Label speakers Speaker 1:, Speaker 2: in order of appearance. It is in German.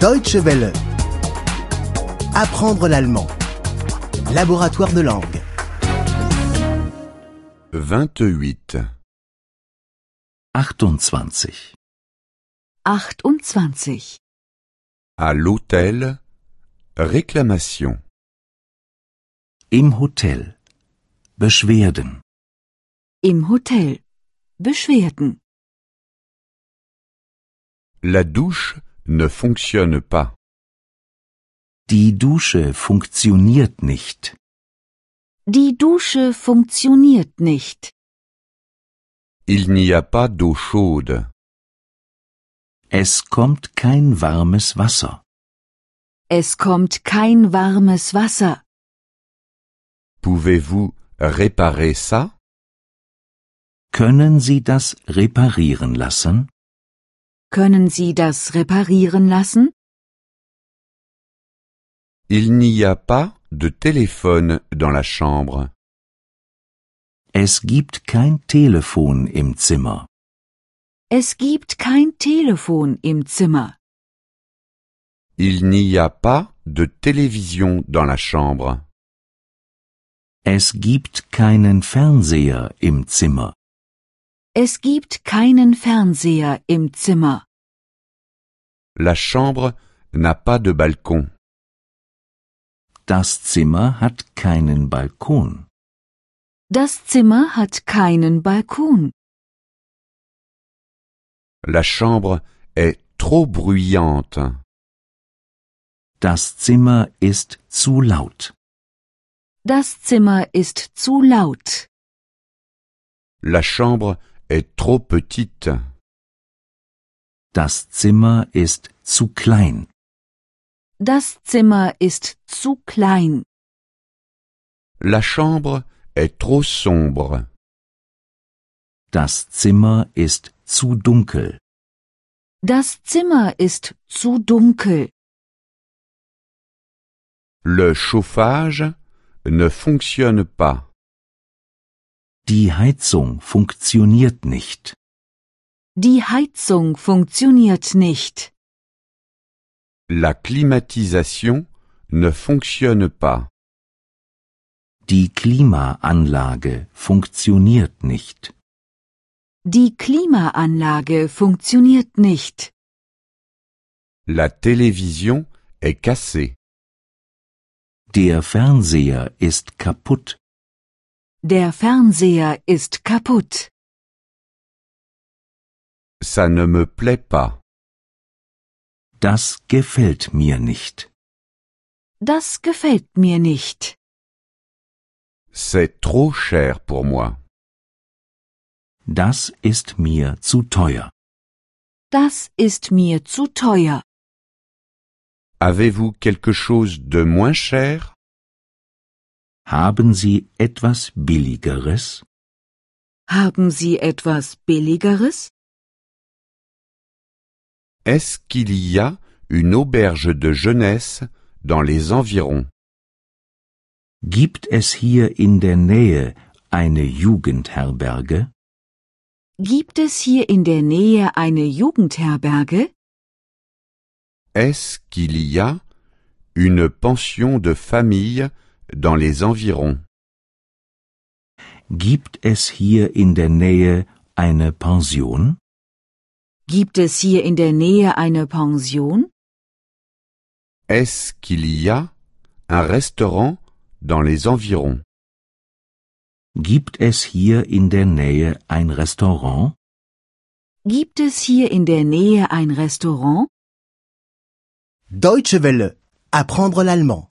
Speaker 1: Deutsche Welle. Apprendre l'allemand. Laboratoire de langue.
Speaker 2: 28.
Speaker 3: 28.
Speaker 4: 28.
Speaker 2: À l'hôtel. Réclamation.
Speaker 3: Im Hotel. Beschwerden.
Speaker 4: Im Hotel. Beschwerden.
Speaker 2: La douche ne fonctionne pas.
Speaker 3: Die Dusche funktioniert nicht.
Speaker 4: Die Dusche funktioniert nicht.
Speaker 2: Il n'y a pas d'eau chaude.
Speaker 3: Es kommt kein warmes Wasser.
Speaker 4: Es kommt kein warmes Wasser.
Speaker 2: Pouvez-vous réparer ça
Speaker 3: Können Sie das reparieren lassen?
Speaker 4: Können Sie das reparieren lassen?
Speaker 2: Il n'y a pas de téléphone dans la chambre.
Speaker 3: Es gibt kein Telefon im Zimmer.
Speaker 4: Es gibt kein Telefon im Zimmer.
Speaker 2: Il n'y a pas de télévision dans la chambre.
Speaker 3: Es gibt keinen Fernseher im Zimmer.
Speaker 4: Es gibt keinen Fernseher im Zimmer.
Speaker 2: La chambre n'a pas de balcon.
Speaker 3: Das Zimmer hat keinen Balkon.
Speaker 4: Das Zimmer hat keinen Balkon.
Speaker 2: La chambre est trop bruyante.
Speaker 3: Das Zimmer ist zu laut.
Speaker 4: Das Zimmer ist zu laut.
Speaker 2: La chambre est trop petite.
Speaker 3: Das Zimmer ist zu klein.
Speaker 4: Das Zimmer ist zu klein.
Speaker 2: La chambre est trop sombre.
Speaker 3: Das Zimmer ist zu dunkel.
Speaker 4: Das Zimmer ist zu dunkel.
Speaker 2: Le chauffage ne fonctionne pas.
Speaker 3: Die Heizung funktioniert nicht.
Speaker 4: Die Heizung funktioniert nicht.
Speaker 2: La climatisation ne fonctionne pas.
Speaker 3: Die Klimaanlage funktioniert nicht.
Speaker 4: Die Klimaanlage funktioniert nicht.
Speaker 2: La télévision est cassée.
Speaker 3: Der Fernseher ist kaputt.
Speaker 4: Der Fernseher ist kaputt.
Speaker 2: Ça ne me plaît pas.
Speaker 3: Das gefällt mir nicht.
Speaker 4: Das gefällt mir nicht.
Speaker 2: C'est trop cher pour moi.
Speaker 3: Das ist mir zu teuer.
Speaker 4: Das ist mir zu teuer.
Speaker 2: Avez-vous quelque chose de moins cher
Speaker 3: Haben Sie etwas Billigeres?
Speaker 4: Haben Sie etwas Billigeres?
Speaker 2: Est-ce qu'il y a une auberge de jeunesse dans les environs
Speaker 3: Gibt es hier in der Nähe eine Jugendherberge?
Speaker 4: Gibt es hier in der Nähe eine Jugendherberge?
Speaker 2: Est-ce qu'il y a une pension de famille dans les environs
Speaker 3: Gibt es hier in der Nähe eine Pension?
Speaker 4: Gibt es hier in der Nähe eine Pension?
Speaker 2: Est-ce qu'il y a un restaurant dans les environs
Speaker 3: Gibt es hier in der Nähe ein Restaurant?
Speaker 4: Gibt es hier in der Nähe ein Restaurant?
Speaker 1: Deutsche Welle. Apprendre l'allemand.